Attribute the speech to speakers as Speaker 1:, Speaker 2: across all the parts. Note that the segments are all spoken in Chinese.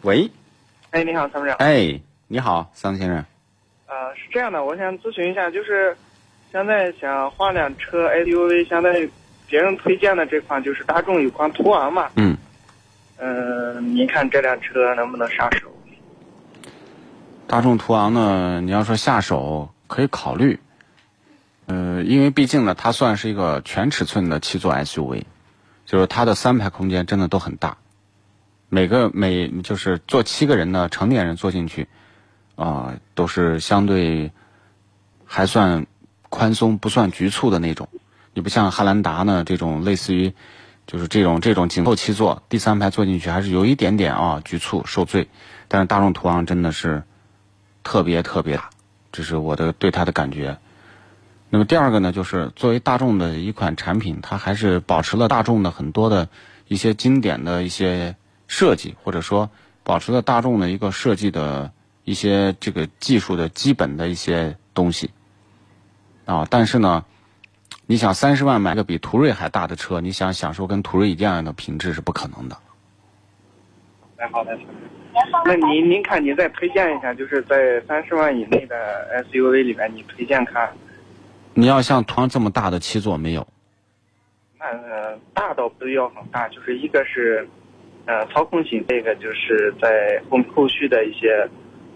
Speaker 1: 喂，
Speaker 2: 哎，你好，参谋长。
Speaker 1: 哎，你好，桑先生，
Speaker 2: 呃，是这样的，我想咨询一下，就是现在想换辆车 SUV，相当于别人推荐的这款就是大众有款途昂嘛。
Speaker 1: 嗯，
Speaker 2: 嗯、您看这辆车能不能上手？
Speaker 1: 大众途昂呢，你要说下手可以考虑，呃，因为毕竟呢，它算是一个全尺寸的七座 SUV，就是它的三排空间真的都很大，每个每就是坐七个人的成年人坐进去，啊、都是相对还算宽松，不算局促的那种。你不像汉兰达呢这种类似于就是这种这种紧凑七座，第三排坐进去还是有一点点啊局促受罪，但是大众途昂真的是特别特别大，这是我的对它的感觉。那么第二个呢，就是作为大众的一款产品，它还是保持了大众的很多的一些经典的一些设计，或者说保持了大众的一个设计的一些这个技术的基本的一些东西啊。但是呢，你想三十万买个比途锐还大的车，你想享受跟途锐一样的品质是不可能的。
Speaker 2: 哎，好的。那您您看，您再推荐一下，就是在三十万以内的 SUV 里面，你推荐看
Speaker 1: 你要像途昂这么大的七座没有，
Speaker 2: 那、呃、大倒不要很大，就是一个是，呃，操控性，这个就是在后后续的一些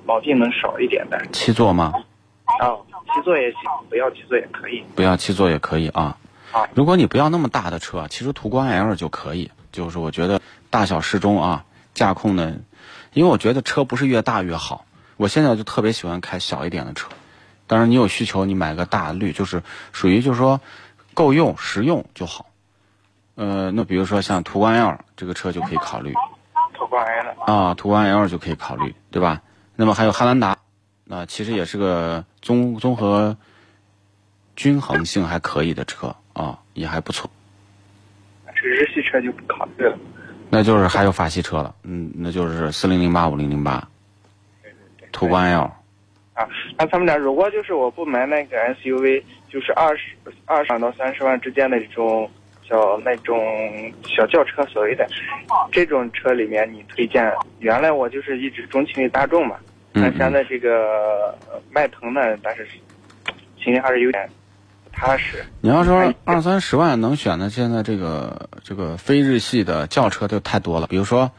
Speaker 2: 毛病能少一点的。
Speaker 1: 七座吗？
Speaker 2: 哦，七座也行，不要七座也可以。
Speaker 1: 不要七座也可以啊
Speaker 2: 好。
Speaker 1: 如果你不要那么大的车，其实途观 L 就可以。就是我觉得大小适中啊，驾控呢，因为我觉得车不是越大越好。我现在就特别喜欢开小一点的车，当然你有需求，你买个大绿，就是属于就是说够用实用就好。呃，那比如说像途观 L 这个车就可以考虑。
Speaker 2: 途观 L，
Speaker 1: 啊，途观 L 就可以考虑，对吧？那么还有汉兰达，那、其实也是个综综合均衡性还可以的车啊，也还不错。
Speaker 2: 是日系车就不考虑了。
Speaker 1: 那就是还有法系车了，嗯，那就是四零零八、五零零八、途观 L，
Speaker 2: 啊，那参谋长，如果就是我不买那个 SUV，就是二十二十万到三十万之间的这种小那种小轿车所谓的，这种车里面你推荐？原来我就是一直钟情于大众嘛，
Speaker 1: 嗯
Speaker 2: 但现在这个呃迈腾呢，但是心里还是有点不踏实。
Speaker 1: 你要说
Speaker 2: 哎
Speaker 1: 二三十万能选的，现在这个这个非日系的轿车就太多了。比如说，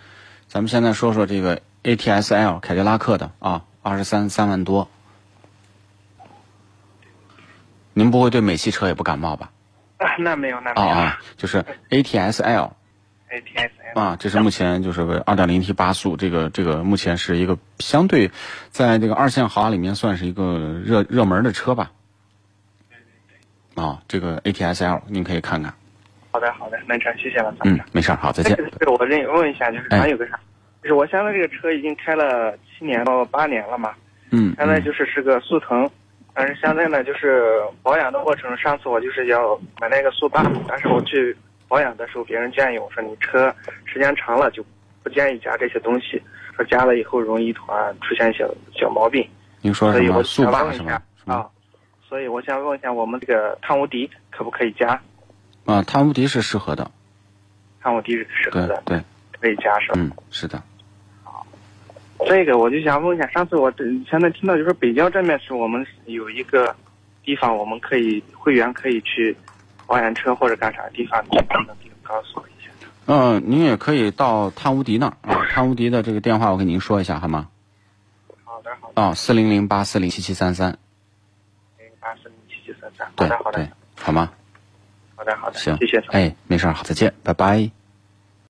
Speaker 1: 咱们现在说说这个 ATS L 凯迪拉克的啊，二十三三万多。您不会对美系车也不感冒吧？
Speaker 2: 啊， 那没有，那没
Speaker 1: 啊
Speaker 2: 有。
Speaker 1: 啊，就是 ATS L
Speaker 2: a t s
Speaker 1: 啊，这是目前就是二点零 T 八速，这个这个目前是一个相对在这个二线豪华里面算是一个热热门的车吧。啊，这个 ATS L 您可以看看。
Speaker 2: 好的，好的，那这样谢谢了，参谋
Speaker 1: 嗯
Speaker 2: 长。，
Speaker 1: 没事儿，好，再
Speaker 2: 这
Speaker 1: 见。
Speaker 2: 个是我认问一下，就是
Speaker 1: 哎
Speaker 2: 还有个啥，就是我现在这个车已经开了七年到八年了嘛，
Speaker 1: 嗯，
Speaker 2: 现在就是是个速腾，但是现在呢，就是保养的过程，上次我就是要买那个速八，但是我去保养的时候，别人建议我说你车时间长了就不建议加这些东西，说加了以后容易一团，出现小小毛病，
Speaker 1: 您说
Speaker 2: 所
Speaker 1: 什
Speaker 2: 以
Speaker 1: 么
Speaker 2: 我
Speaker 1: 速
Speaker 2: 想
Speaker 1: 霸
Speaker 2: 问
Speaker 1: 是嗯
Speaker 2: 一
Speaker 1: 吧
Speaker 2: 下？
Speaker 1: 什么
Speaker 2: 啊，所以我想问一下，我们这个探无敌可不可以加？
Speaker 1: 啊，探无敌是适合的，
Speaker 2: 探无敌是适合
Speaker 1: 对
Speaker 2: 的，
Speaker 1: 对，
Speaker 2: 可以加是吧？
Speaker 1: 嗯，是的。
Speaker 2: 这个我就想问一下，上次我现在听到就说北郊这面是我们有一个地方，我们可以会员可以去保养车或者干啥地方，你能不能给我告诉我一下？
Speaker 1: 嗯，您也可以到探无敌那儿
Speaker 2: 嗯
Speaker 1: 啊，探无敌的这个电话我给您说一下好吗？
Speaker 2: 好的，好的，
Speaker 1: 啊，四零零八四零七七三三，
Speaker 2: 八四零七七三三，好
Speaker 1: 对哎
Speaker 2: 的，好的
Speaker 1: 对，，好吗？
Speaker 2: 好的，好的，
Speaker 1: 行，
Speaker 2: 谢谢，
Speaker 1: 哎，没事儿，好，再见，拜拜。